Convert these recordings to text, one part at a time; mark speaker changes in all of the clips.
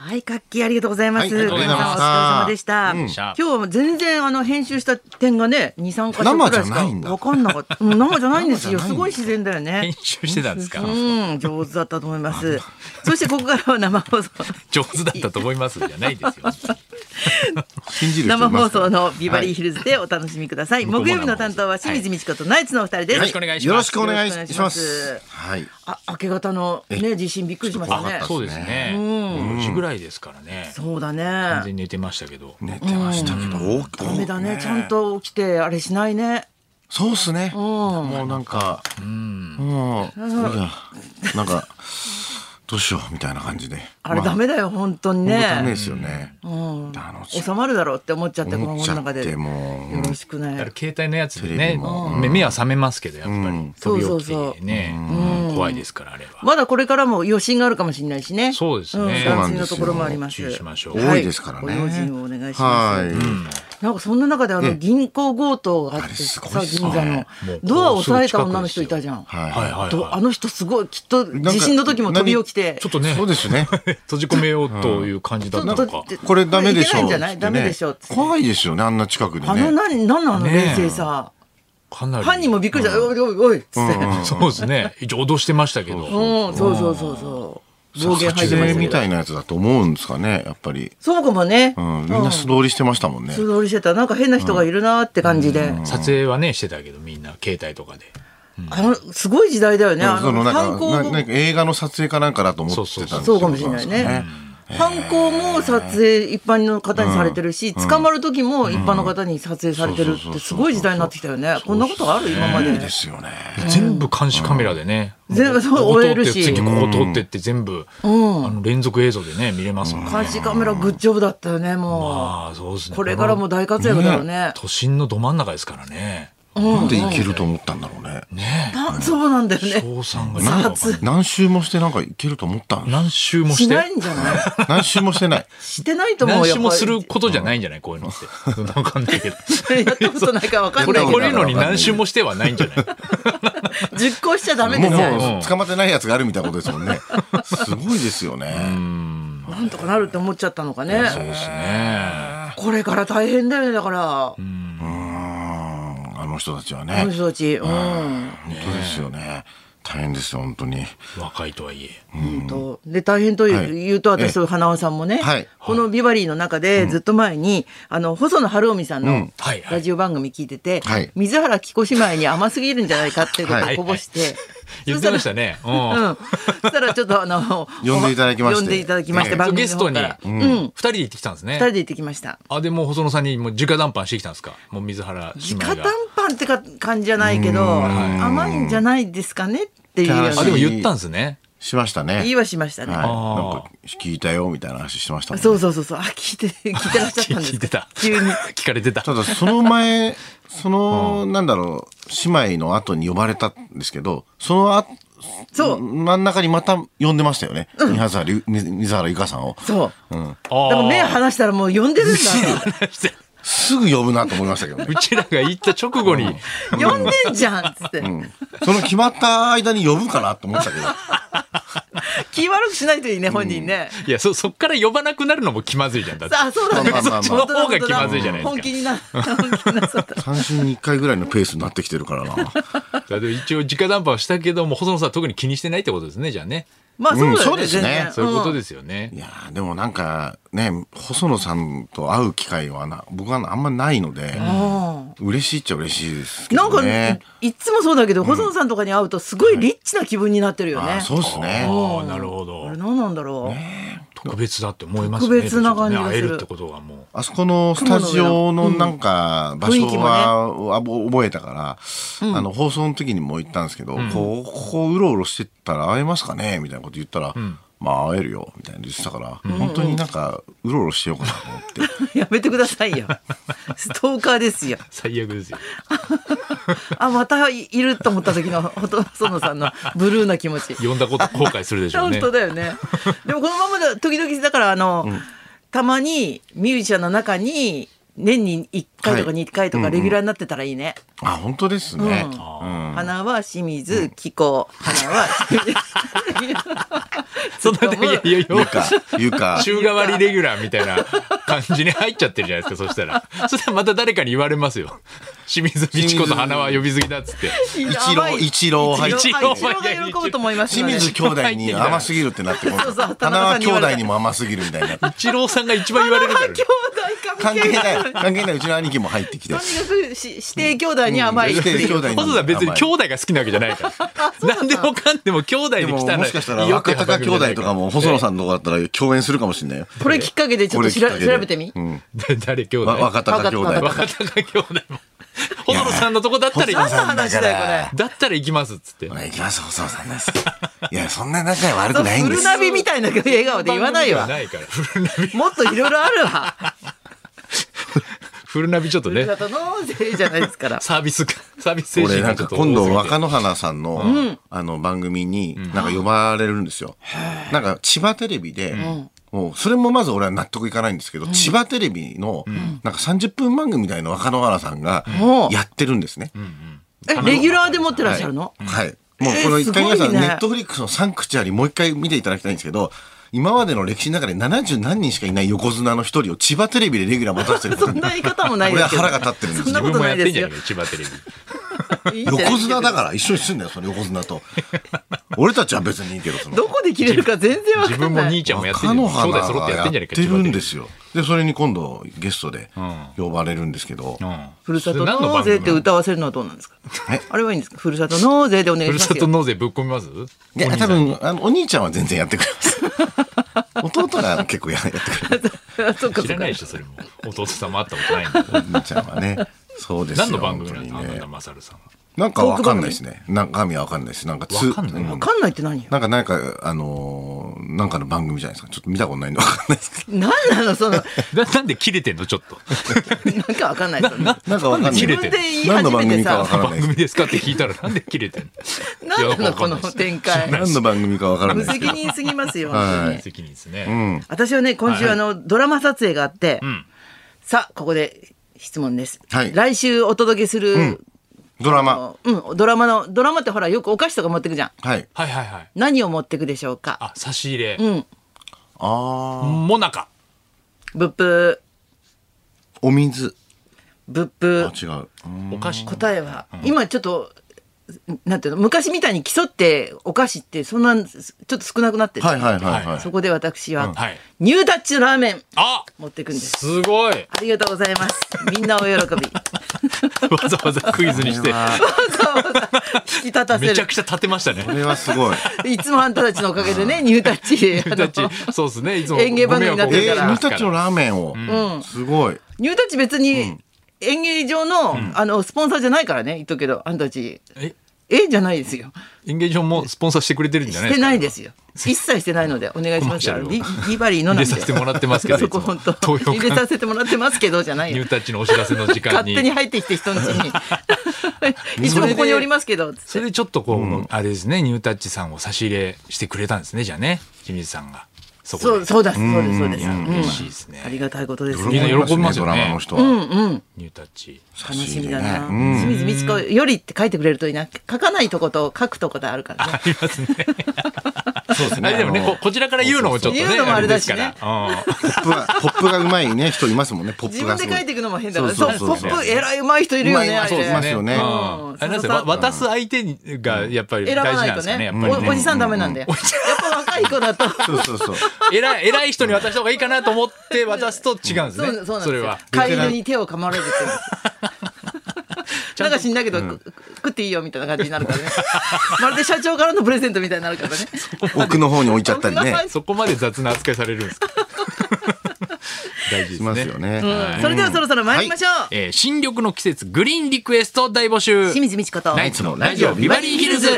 Speaker 1: はい、活気ありがとうございます。
Speaker 2: はいありがとうございまし
Speaker 1: 皆さんお
Speaker 2: た
Speaker 1: 疲れ様でした。
Speaker 2: うん
Speaker 1: 今日は全然あの編集した点がね、2、3箇所
Speaker 2: 生
Speaker 1: くらいし
Speaker 2: じゃないん
Speaker 1: か
Speaker 2: だ
Speaker 1: わかんなかった。うん生じゃないんですよ。
Speaker 2: 生
Speaker 1: す
Speaker 2: じゃないんだ
Speaker 1: ごい自然だよね
Speaker 3: 編。集してたんですか
Speaker 1: うん、上手だったと思います。そしてここからは生放送。
Speaker 3: 上手だったと思いますじゃないで すよ。
Speaker 2: 信じる人
Speaker 1: 生
Speaker 2: いま
Speaker 1: 放
Speaker 2: すか
Speaker 1: 送
Speaker 2: ら
Speaker 1: のビバリーヒルズでお楽しみください。
Speaker 3: 向こうも
Speaker 1: 木
Speaker 3: 生
Speaker 1: 曜日の担当は清水美智子とナイツのお二人です。
Speaker 3: はいよろしくお願いします
Speaker 2: よろしくお願い
Speaker 1: よろしくお願いし
Speaker 2: し
Speaker 1: ま
Speaker 2: ますす。はい。
Speaker 1: あ、明け方のね、地震びっくりしましたね
Speaker 2: あ。
Speaker 3: そうですね。4時ぐらいですからね。
Speaker 1: そうだ
Speaker 3: 完
Speaker 1: ね。
Speaker 3: 全に寝てましたけど。
Speaker 2: 寝てましたけど、お
Speaker 1: ダメだね。ちゃん。と起きてあれしないね。
Speaker 2: そうっすね。もうなんか、もう、いやなんか、どうしようみたいな感じで。
Speaker 1: あれダメだよ本当に
Speaker 2: まあ本当ダメ
Speaker 1: ね
Speaker 2: で。すよね。
Speaker 1: うん。
Speaker 2: あの
Speaker 1: 収まるだろうって思っちゃってこの
Speaker 2: 思っ
Speaker 1: 世
Speaker 2: ち
Speaker 1: の
Speaker 2: ゃ
Speaker 1: 中
Speaker 2: っ
Speaker 1: で
Speaker 2: て
Speaker 1: よ
Speaker 2: もううん
Speaker 1: ろしくない。
Speaker 3: だから携帯のやつで
Speaker 2: テレビ
Speaker 3: ね
Speaker 2: も、
Speaker 3: 目目は覚めますけど、やっぱ
Speaker 2: ん
Speaker 3: り飛び起きてね、怖いですから、あれは。
Speaker 1: まだこれからも余震があるかもしれないしね。
Speaker 3: そうですね
Speaker 1: ん
Speaker 3: そうな
Speaker 1: 斬
Speaker 3: ん
Speaker 1: 新
Speaker 2: で
Speaker 1: な
Speaker 2: す
Speaker 1: と
Speaker 2: よ
Speaker 1: ころもあります。
Speaker 3: 注意しましょう
Speaker 1: はい
Speaker 2: 多いですからね
Speaker 1: ご用心をお願いしま
Speaker 2: はい。
Speaker 1: す。なんかそんな中であの
Speaker 2: え
Speaker 1: 銀行強盗があって
Speaker 2: あれす
Speaker 1: さ
Speaker 2: ごいっす
Speaker 1: 銀
Speaker 2: ね
Speaker 1: 座の
Speaker 3: もう
Speaker 1: ドアを押さえた女の人いたじゃん。
Speaker 2: はい。
Speaker 3: はいはい
Speaker 1: どあ
Speaker 3: は
Speaker 1: の人すごいきっと
Speaker 2: なんか
Speaker 1: 地震の時も飛び起きて
Speaker 3: い。ちょっとね
Speaker 2: そう、ですね。
Speaker 3: 閉じ込めようという感じだったの
Speaker 1: ちょ
Speaker 3: か
Speaker 1: っ。と
Speaker 2: これダメでしょ。
Speaker 1: いうけないんじゃないダメでしょうっつって
Speaker 2: 怖いですよね、あんな近くで
Speaker 1: あの
Speaker 2: ね。
Speaker 1: 何何なの冷静さ。
Speaker 3: かなり。
Speaker 1: 犯人もびっくりした。おいおいおいっつって。
Speaker 3: そうですね。一応脅してましたけど。
Speaker 1: うん、そうそうそうそう。暴言吐い
Speaker 2: 撮
Speaker 1: てまし
Speaker 2: 影
Speaker 1: たけ
Speaker 2: み
Speaker 1: ど
Speaker 2: た。いなやつだと思うんですかね、やっぱり。
Speaker 1: そうかもね。
Speaker 2: うん、みんな素通りしてましたもんね。
Speaker 1: 素通りしてた。なんか変な人がいるなーって感じで。
Speaker 3: 撮影はね、してたけど、みんな、携帯とかで。
Speaker 1: あの、すごい時代だよね。あ
Speaker 2: そ
Speaker 1: の、
Speaker 2: のなん
Speaker 1: 犯
Speaker 2: かな
Speaker 1: 行
Speaker 2: なん
Speaker 1: も、
Speaker 2: か映画の撮影かなんかだと思ってたんです
Speaker 3: そう
Speaker 2: よ
Speaker 3: そ
Speaker 1: そ
Speaker 3: う
Speaker 1: うかもしれないね。犯行も撮影一般の方にされてるし、捕まる時も一般の方に撮影されてるっ
Speaker 2: そうそうそう
Speaker 1: て
Speaker 2: そう
Speaker 1: すごい時代になってきたよね。こんなことある今まで。
Speaker 2: ですよね。
Speaker 3: 全部監視カメラでね、
Speaker 1: 全部そう
Speaker 3: ここ通
Speaker 1: 追えるし
Speaker 3: って次ここ通ってって全部、あの連続映像でね見れますもんね、
Speaker 1: 監視カメラグッジョブだったよね、も
Speaker 3: ああそうです
Speaker 1: う。
Speaker 3: ね
Speaker 1: これからも大活躍だろうね。
Speaker 3: 都心のど真ん中ですからね
Speaker 2: なんでいけると思ったんだろうね。
Speaker 3: ね
Speaker 1: なそうなんだよ
Speaker 3: え
Speaker 1: ね。
Speaker 3: 翔さんが
Speaker 1: な
Speaker 3: よくわかん
Speaker 1: 撮
Speaker 3: ない
Speaker 2: 何周もしてなんかいけると思ったん
Speaker 3: 何周も
Speaker 1: し
Speaker 3: して
Speaker 1: ないんじゃない
Speaker 2: 何周もしてない。
Speaker 1: してないと思うよ。
Speaker 3: 何周もす
Speaker 1: やっ
Speaker 3: る
Speaker 1: ぱ
Speaker 3: ことじゃないんじゃないこういうのってわかんない けど
Speaker 1: りやったことないからわか
Speaker 3: こ
Speaker 1: んない
Speaker 3: れ
Speaker 1: け
Speaker 3: こ
Speaker 1: ど
Speaker 3: ういうのに何周もしてはないんじゃない
Speaker 1: 実行しちゃダメで
Speaker 2: もう
Speaker 1: すよ。
Speaker 2: もう捕まってないやつがあるみたいなことですもん ね。すごいですよね。
Speaker 1: なんとかなるって思っちゃったのかね。
Speaker 3: そうですね
Speaker 1: これから大変だよね、だから、
Speaker 2: うんあの人たちは
Speaker 1: あ
Speaker 2: ね
Speaker 1: の。人たち。うん。
Speaker 2: 本当ですよね。大変ですよ本当に。
Speaker 3: 若いとはいえ
Speaker 1: 本当で、大変という
Speaker 2: はい
Speaker 1: 言うと、
Speaker 2: ええ
Speaker 1: 私と花輪さんもね
Speaker 2: はい、
Speaker 1: このビバリーの中でずっと前に、あの、細野晴臣さん
Speaker 2: う
Speaker 1: の
Speaker 2: ん
Speaker 3: はいはい
Speaker 1: ラジオ番組聞いてて
Speaker 2: はい、
Speaker 1: 水原希子姉妹に甘すぎるんじゃないかっていうこと
Speaker 2: は
Speaker 1: を
Speaker 2: い
Speaker 1: こぼして、
Speaker 3: 言ってましたねう
Speaker 1: うんん。そしたらちょっとあの、
Speaker 2: 呼んでいただきまして
Speaker 1: 呼んでいただきまして、番組
Speaker 3: ゲ
Speaker 1: の
Speaker 3: スト
Speaker 1: 方
Speaker 3: に
Speaker 1: から。
Speaker 3: 二、人で行ってきたんです
Speaker 1: 二
Speaker 3: ね
Speaker 1: 人で行ってきました。
Speaker 3: あでもう細野さんにもう直談判してきたんですかもう水原姉
Speaker 1: 直
Speaker 3: 妹
Speaker 1: 談
Speaker 3: が
Speaker 1: 判ってか感じじゃないけど、甘いんじゃないですかねっていうような
Speaker 2: 直
Speaker 3: あ
Speaker 2: 談
Speaker 3: でも言ったんですね
Speaker 2: しましたね。
Speaker 1: 言いはしましたね。
Speaker 2: はい。なん
Speaker 3: あ
Speaker 2: か聞いたよみたいな話してましたもんね。
Speaker 1: そうそうそうそう、あ、聞い て、聞いてらっしゃったんですか。
Speaker 3: 聞いてた
Speaker 1: 急に。
Speaker 3: 聞かれてた
Speaker 2: ただその前 その、なんだろう姉妹の後に呼ばれたんですけどそのあ
Speaker 1: そう
Speaker 2: 真ん中にまた呼んでましたよね、水原り水水原由香さんを
Speaker 1: そう。だ
Speaker 3: あ
Speaker 1: から
Speaker 3: ー
Speaker 1: 目離したらもう呼んでるん だ。
Speaker 2: すぐ呼ぶなと思いましたけどね
Speaker 3: うちらが行った直 後に
Speaker 1: 呼んでんじゃんっつって。
Speaker 2: その決まった間に呼ぶかなと思ったけど
Speaker 1: 気悪くしないといいね、本人ね。
Speaker 3: いやそそっから呼ばなくなるのも気まずいじゃんだって
Speaker 1: さあ、そうだね。
Speaker 2: まあまあま
Speaker 1: 本
Speaker 2: あ
Speaker 1: 当だ
Speaker 3: その方が気まずいじゃないですか
Speaker 1: 本気にな、本気になそうだ。
Speaker 2: 3週に1回ぐらいのペースになってきてるから な
Speaker 3: だって一応直談判はしたけども細野さんは特に気にしてないってことですねじゃあね
Speaker 1: まあ、そうだよね。
Speaker 2: うんそうです
Speaker 1: 全
Speaker 2: ね
Speaker 1: 然
Speaker 3: そういうこと
Speaker 1: ん
Speaker 3: ですよね、
Speaker 2: いやーでもなんかね細野さんと会う機会はな僕はあんまないので、
Speaker 1: うん
Speaker 2: 嬉しいっちゃ嬉しいですけ
Speaker 1: なん
Speaker 2: ど
Speaker 1: か、
Speaker 2: ね
Speaker 1: いっつもそうだけど、細野さんとかに会うと、すごいリッチな気分になってるよ
Speaker 2: あ
Speaker 1: ね
Speaker 2: ー。そうですね
Speaker 3: ああなるほ
Speaker 1: あ
Speaker 3: ど
Speaker 1: れ、何なんだろう。
Speaker 3: 特別だって思いますよね
Speaker 1: 特別な感じがする
Speaker 3: ね会えるってことがも
Speaker 2: あそこのスタジオのなんか場所
Speaker 1: 雰囲気もね
Speaker 2: はあぼ覚えたから、あの放送の時にも言ったんですけど、こうここうろうろしてったら会えますかねみたいなこと言ったら、まあ会えるよみたいな言ってたから、本当になんかうろうろしてようかなと思っ て、
Speaker 1: やめてくださいよ。ストーカーですよ。
Speaker 3: う最悪ですよ
Speaker 1: あ、またいいると思った時の、ほと細野さんのブルーな気持ち。
Speaker 3: 呼んだこと後悔するでしょう
Speaker 1: 本
Speaker 3: ね
Speaker 1: 当だよね。でもこのままだ、時々、だからあの、たまにミュージシャンの中に、年に1回とか
Speaker 2: はい
Speaker 1: 2回とかレギュラーになってたらいいね。
Speaker 2: あ本当ですね、
Speaker 1: うん
Speaker 2: うん
Speaker 1: 花は清水紀子、花は清水
Speaker 3: そんな だけ、いやいやい
Speaker 2: ゆ
Speaker 3: や
Speaker 2: かゆ か
Speaker 3: 週替わりレギュラーみたいな感じに入っちゃってるじゃないですか、そしたら。そしたらまた誰かに言われますよ。清水美智子と花は呼びすぎだっつって。
Speaker 2: 一郎一郎入って
Speaker 1: 一
Speaker 3: 一
Speaker 1: 郎
Speaker 3: 郎
Speaker 1: 一郎が喜ぶと思います
Speaker 2: 清
Speaker 1: ので。
Speaker 2: 水兄弟に甘すぎるってなってこ
Speaker 1: そうそう田
Speaker 2: 花
Speaker 1: 中さ
Speaker 2: 輪
Speaker 1: んに
Speaker 2: 兄
Speaker 1: 言われた
Speaker 2: 弟にも甘すぎるみたいになって
Speaker 3: 一郎さんが一番言われるからね。
Speaker 1: 兄弟
Speaker 2: 関
Speaker 1: 関
Speaker 2: 係
Speaker 1: 係ない。
Speaker 2: ない関係ないうちの兄貴も入ってき
Speaker 1: と
Speaker 2: て
Speaker 1: にかくし指定兄弟に甘い。
Speaker 2: 指定兄弟に
Speaker 3: 細田さん別に兄弟が好きなわけじゃないから。何でもかんでも兄弟
Speaker 2: で
Speaker 3: に来
Speaker 2: も
Speaker 3: たら。
Speaker 2: もしかしたら若隆兄弟とかも細野さ
Speaker 3: ん。
Speaker 2: んのとこだったら共演するかもしれないよ
Speaker 1: これきっかけでちょっとしら
Speaker 2: これきっかけで
Speaker 1: 調べてみ。
Speaker 2: うん
Speaker 3: え 誰兄弟
Speaker 2: わ若隆兄弟
Speaker 1: 若
Speaker 3: 若隆兄弟も。細野さんのとこだったら行きま
Speaker 1: 何
Speaker 3: す
Speaker 1: の。話だよこれ。
Speaker 3: だったら行きますっつって。
Speaker 2: 行きます細野さんですいやそんな仲悪くないん
Speaker 1: フ
Speaker 2: で
Speaker 1: ル
Speaker 2: す
Speaker 1: ナビみたいな笑顔で言わないわ
Speaker 3: フル。ナビではないから。 フルナビ、
Speaker 1: もっといろいろある わ。
Speaker 3: フルナビちょっと
Speaker 1: ふる
Speaker 3: ね
Speaker 1: さ。と納税じゃないですから。
Speaker 3: サービスか、サービス精
Speaker 2: 俺
Speaker 3: 神
Speaker 2: な
Speaker 3: が
Speaker 2: ん
Speaker 3: ち
Speaker 2: か
Speaker 3: ょっと
Speaker 2: 今度
Speaker 3: 多すぎて
Speaker 2: 若野花さんの、あの番組になんか呼ばれるんですよ、なんか千葉テレビで、もうそれもまず俺は納得いかないんですけど、千葉テレビのなんか30分番組みたいな若野花さんが
Speaker 1: うん
Speaker 2: やってるんですね、
Speaker 1: えレギュラーで持ってらっしゃるの？
Speaker 2: はい。もう
Speaker 1: えー
Speaker 2: この一回
Speaker 1: すご
Speaker 2: 皆
Speaker 1: いね
Speaker 2: さん、ネットフリックスのサンクチュアリもう一回見ていただきたいんですけど、今までの歴史の中で70何人しかいない横綱の一人を千葉テレビでレギュラー持たせて る。
Speaker 1: そんな言い方もないで
Speaker 2: 俺は
Speaker 1: すけど。
Speaker 2: 腹が立ってるんです
Speaker 1: そんな
Speaker 2: よ。
Speaker 1: こと
Speaker 3: 自分も
Speaker 1: な
Speaker 3: や
Speaker 1: い
Speaker 3: って
Speaker 1: です
Speaker 3: んじゃ
Speaker 1: よ
Speaker 3: ねえか千葉テレビ。
Speaker 1: いいじゃない
Speaker 2: 横綱だから一緒にすんだよ、その横 綱と。俺たちは別にいいけど、その。
Speaker 1: どこで切れるか全然わか
Speaker 3: 自分
Speaker 1: ん
Speaker 3: も
Speaker 1: ない。
Speaker 3: 兄ちゃんもやってん
Speaker 2: 若
Speaker 3: じゃ
Speaker 2: 野
Speaker 3: ん。兄弟
Speaker 2: 花
Speaker 3: 揃ってやってんじ
Speaker 2: が
Speaker 3: ゃね
Speaker 2: や
Speaker 3: え
Speaker 2: っ
Speaker 3: か。
Speaker 2: てるんですすよ。で、それに今度ゲストで呼ばれるんですけど、
Speaker 1: ふるさと納税って歌わせるのはどうなんですか
Speaker 2: え。
Speaker 1: あれはいいんですか。ふるさと納税でお願い
Speaker 3: ふ
Speaker 1: し
Speaker 3: る
Speaker 1: ま
Speaker 3: さ
Speaker 1: す
Speaker 3: と
Speaker 1: よ。
Speaker 3: 納税ぶっ込みます
Speaker 2: いや、多分、あの、お兄ちゃんは全然やってくれ ます。弟が結構ややってくれる。
Speaker 1: そっか
Speaker 3: 知
Speaker 1: そ
Speaker 3: ら
Speaker 1: っ
Speaker 3: な
Speaker 1: か
Speaker 3: いで。しょ、それも。弟さんも会ったことないんだから。
Speaker 2: お兄ちゃんはね。そうですよ
Speaker 3: 何の番組な
Speaker 2: 本
Speaker 3: の
Speaker 2: 当に
Speaker 3: 花
Speaker 2: ね
Speaker 3: 田勝さんは。
Speaker 2: なんかわかんないですね。中身はわかんないです。なんかつ、
Speaker 3: わかんない
Speaker 2: うん
Speaker 1: わかんないって何よ。
Speaker 2: なんか、なんか、あのーなんかの番組じゃないですか。ちょっと見たことないんでわかんないですけ
Speaker 1: なんなのその
Speaker 3: ななんで切れてんのちょっと。
Speaker 1: なんかわかんないですよね。
Speaker 2: ど。なんかわかんな
Speaker 3: 切
Speaker 2: い。
Speaker 3: れてる
Speaker 2: 何の番組かわからないで
Speaker 3: 番
Speaker 2: す
Speaker 3: 組ですかって聞い たらなんで切れてんの
Speaker 1: なんない
Speaker 3: や
Speaker 1: の
Speaker 3: わか
Speaker 1: こ
Speaker 3: ん
Speaker 1: の
Speaker 3: ないです
Speaker 1: 展開。
Speaker 2: 何の番組かわから
Speaker 1: 無
Speaker 2: ないですけ
Speaker 1: 責
Speaker 2: ど。
Speaker 1: 任すぎますよ。
Speaker 2: はい
Speaker 1: 本当に
Speaker 3: 責任です
Speaker 2: う
Speaker 3: ね。
Speaker 2: ん。
Speaker 1: 私はね今週
Speaker 3: は
Speaker 1: あ
Speaker 3: い
Speaker 1: のドラマ撮影があって
Speaker 3: ん、
Speaker 1: さあここで質問です
Speaker 2: はい。
Speaker 1: 来週お届けする
Speaker 2: ドラ
Speaker 1: あ
Speaker 2: マ。
Speaker 1: のうんドラマのドラマってほらよくお菓子とか持ってくじゃん。
Speaker 2: はい。
Speaker 3: はいはいはい。
Speaker 1: 何を持ってくでしょうか。
Speaker 3: あ、差し入れ
Speaker 1: う。ん
Speaker 2: ああ。
Speaker 3: もなか。
Speaker 1: ブップ
Speaker 2: お水。
Speaker 1: ブッ
Speaker 2: あ
Speaker 1: プ、
Speaker 2: 違う。うん
Speaker 3: お菓子。
Speaker 1: 答えは、今ちょっとなんていうの昔みたいに競ってお菓子ってそんなちょっと少なくなってる、
Speaker 2: はいはいはいは。
Speaker 3: はい
Speaker 1: そこで私は、
Speaker 3: はい。
Speaker 1: ニューダッチラーメン
Speaker 3: あ
Speaker 1: 持ってくんです
Speaker 3: すごい
Speaker 1: ありがとうございますみんなお喜び
Speaker 3: わざわざクイズにして。
Speaker 1: 引き立たせ
Speaker 3: めちゃ
Speaker 1: る
Speaker 3: くちゃ立てましたね
Speaker 2: こ。れはすごい。
Speaker 1: いつもあんたたちのおかげでねニューダッチ
Speaker 3: 君たちそうですね。いつも
Speaker 1: 演芸番組になっ
Speaker 2: え
Speaker 1: てるか
Speaker 2: ー、
Speaker 1: ら
Speaker 2: 君たちの
Speaker 3: ら。
Speaker 2: ラーメンを。すごい。
Speaker 1: ニューダッチ別に演芸場の,、あのスポンサーじゃないからね言っとくけどあんたたち
Speaker 3: え、
Speaker 1: えじゃないですよ
Speaker 3: インゲージョンもスポンサーしてくれてるんじゃな
Speaker 1: し
Speaker 3: いで
Speaker 1: て
Speaker 3: すか。
Speaker 1: ないですよ。一切してないのでお願いしますよ。
Speaker 3: コマーシ
Speaker 1: ビ
Speaker 3: ャル
Speaker 1: ビバリーのなんで。
Speaker 3: 入れさせてもらってますけど
Speaker 1: そこ
Speaker 3: いつも
Speaker 1: 本当
Speaker 3: 東洋館
Speaker 1: 入れさせてもらってますけどじゃない
Speaker 3: ニュ
Speaker 1: よ
Speaker 3: ー。タッチのお知らせの時間
Speaker 1: 勝
Speaker 3: に。
Speaker 1: 手に入ってきて人の家に。 いつもここにおりますけど。つっ
Speaker 3: そ
Speaker 1: て
Speaker 3: れでちょっとこう、あれですね、ニュータッチさんを差し入れしてくれたんですね、じゃあね、清水さんが。そ
Speaker 1: そ
Speaker 3: こ
Speaker 1: う
Speaker 3: で。
Speaker 1: そうですそうですそうで
Speaker 3: い
Speaker 1: す。
Speaker 3: や、
Speaker 1: うん
Speaker 3: 嬉しいですね。
Speaker 1: ありがたいことです
Speaker 3: みん
Speaker 1: ね。
Speaker 3: な喜びますよね
Speaker 2: ドラマの人は。うん、
Speaker 3: ニュータッチ。
Speaker 1: 楽しみだ
Speaker 2: 差し
Speaker 1: な。
Speaker 2: 入れねうん
Speaker 1: 清水美智子よりって書いてくれるといいな。書かないとこと書くとこであるからね。
Speaker 3: ありますね。
Speaker 2: そうです
Speaker 3: あれでもね、
Speaker 2: あの
Speaker 3: ここちらから言うのもちょっとね、
Speaker 1: そうそうそう
Speaker 3: あれですか
Speaker 1: 言う
Speaker 3: ら。
Speaker 2: ポップが、ポップがうまいね、人いますもんね、ポッ
Speaker 1: 自
Speaker 2: プ
Speaker 1: 分
Speaker 2: が
Speaker 1: です
Speaker 2: ごい。
Speaker 1: 書いていくのも変だから。
Speaker 2: そ
Speaker 1: そうう
Speaker 2: そうそう
Speaker 1: ポップ偉い上手い人いるよ
Speaker 2: うま
Speaker 1: ね。
Speaker 2: い
Speaker 1: あ
Speaker 2: そうです
Speaker 1: れ
Speaker 2: いますよね。
Speaker 3: う
Speaker 2: うん
Speaker 1: う
Speaker 3: ん。うんん。あれなんです
Speaker 1: そ
Speaker 3: よ
Speaker 1: の
Speaker 3: 渡す相手がやっぱり
Speaker 1: 選ば
Speaker 3: 大事
Speaker 1: な
Speaker 3: ないん
Speaker 1: と
Speaker 3: ですかね、や
Speaker 1: ね
Speaker 3: っぱりね。
Speaker 1: おおじさんダメなんだよ。やっぱ若い子だと。
Speaker 2: そうそうそう。
Speaker 3: 偉い、偉い人に渡した方がいいかなと思って渡すと違うんです
Speaker 1: そう
Speaker 3: ね。
Speaker 1: そうなん
Speaker 3: そ
Speaker 1: です
Speaker 3: れ
Speaker 1: よ
Speaker 3: は。。
Speaker 1: 飼い犬に手を噛まれるって言うんですよ。なんか死んだけど、く食っていいよみたいな感じになるからね。 まるで社長からのプレゼントみたいになるからね。
Speaker 2: 奥の方に置いちゃったりね。
Speaker 3: そこまで雑な扱いされるんですか 大事です
Speaker 2: し
Speaker 3: ね。
Speaker 2: ますよね。
Speaker 1: うんそれではそろそろ参りましょう。
Speaker 3: えー新緑の季節、グリーンリクエスト大募集。
Speaker 1: 清水美智子と。
Speaker 3: ナイツのラジオビバリーヒルズ。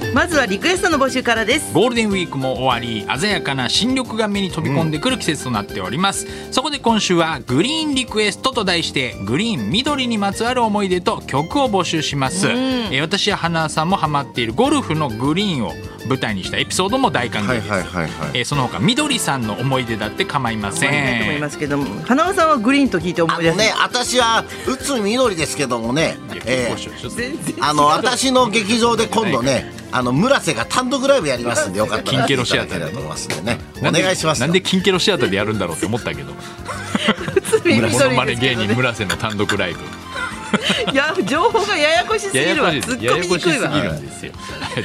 Speaker 1: 毎まずはリクエストの募集からです
Speaker 3: ゴールデンウィークも終わり鮮やかな新緑が目に飛び込んでくる季節となっております、そこで今週は「グリーンリクエスト」と題してグリーン緑にまつわる思い出と曲を募集します、えー私や花さんもハマっているゴルフのグリーンを舞台にしたエピソードも大歓迎
Speaker 2: はい
Speaker 3: です、
Speaker 2: はいはいはい
Speaker 3: えーその他みどりさんの思い出だって構いませ
Speaker 1: まあいいと思い
Speaker 3: ん
Speaker 1: ますけども花輪さんはグリーンと聞いて思
Speaker 2: あ
Speaker 1: い出
Speaker 2: の
Speaker 1: す、
Speaker 2: ね私は宇都緑ですけどもね
Speaker 3: いや
Speaker 2: え
Speaker 3: 結構し
Speaker 2: ー
Speaker 3: ょちょっと
Speaker 1: 全然
Speaker 2: あの私の劇場で今度ねあの村瀬が単独ライブやりますんでよかったら
Speaker 3: 金ケロシアター
Speaker 2: 見
Speaker 3: で
Speaker 2: ていただければ
Speaker 3: ね
Speaker 2: と思いますんでねお
Speaker 3: なんで
Speaker 2: 願いしますよ
Speaker 3: なんで金ケロシアターでやるんだろうって思った けど
Speaker 1: 罪
Speaker 3: モノマ
Speaker 1: 緑
Speaker 3: ネ
Speaker 1: ですけどね
Speaker 3: 芸人村瀬の単独ライブ
Speaker 1: いや情報がややこしすぎ
Speaker 3: やや
Speaker 1: る
Speaker 3: こ
Speaker 1: わ
Speaker 3: しいで
Speaker 1: 突っ
Speaker 3: すや
Speaker 1: 込
Speaker 3: や
Speaker 1: み
Speaker 3: こ
Speaker 1: に
Speaker 3: しす
Speaker 1: く
Speaker 3: ぎ
Speaker 1: いわ
Speaker 3: るんですよ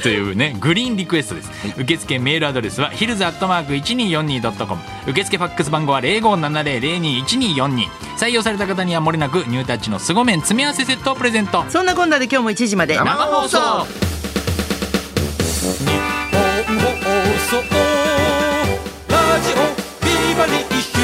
Speaker 3: というねグリーンリクエストです受付メールアドレスはヒルズアットマーク 1242.com 受付ファックス番号は0570021242採用された方にはもれなくニュータッチの凄麺詰め合わせセットをプレゼント
Speaker 1: そんなこんなで今日も1時まで
Speaker 2: 生放
Speaker 4: 放
Speaker 2: 送
Speaker 4: 送ラジオビバリーヒルズ